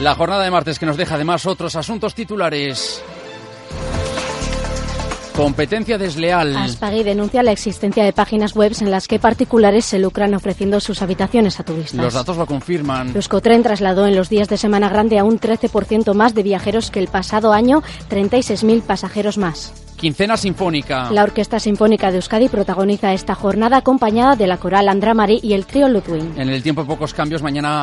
La jornada de martes que nos deja además otros asuntos titulares. Competencia desleal. Aspagui denuncia la existencia de páginas web en las que particulares se lucran ofreciendo sus habitaciones a turistas. Los datos lo confirman. Euskotren trasladó en los días de Semana Grande a un 13% más de viajeros que el pasado año, 36.000 pasajeros más. Quincena Sinfónica. La Orquesta Sinfónica de Euskadi protagoniza esta jornada acompañada de la coral Andra Marí y el trío Ludwig. En el tiempo pocos cambios, mañana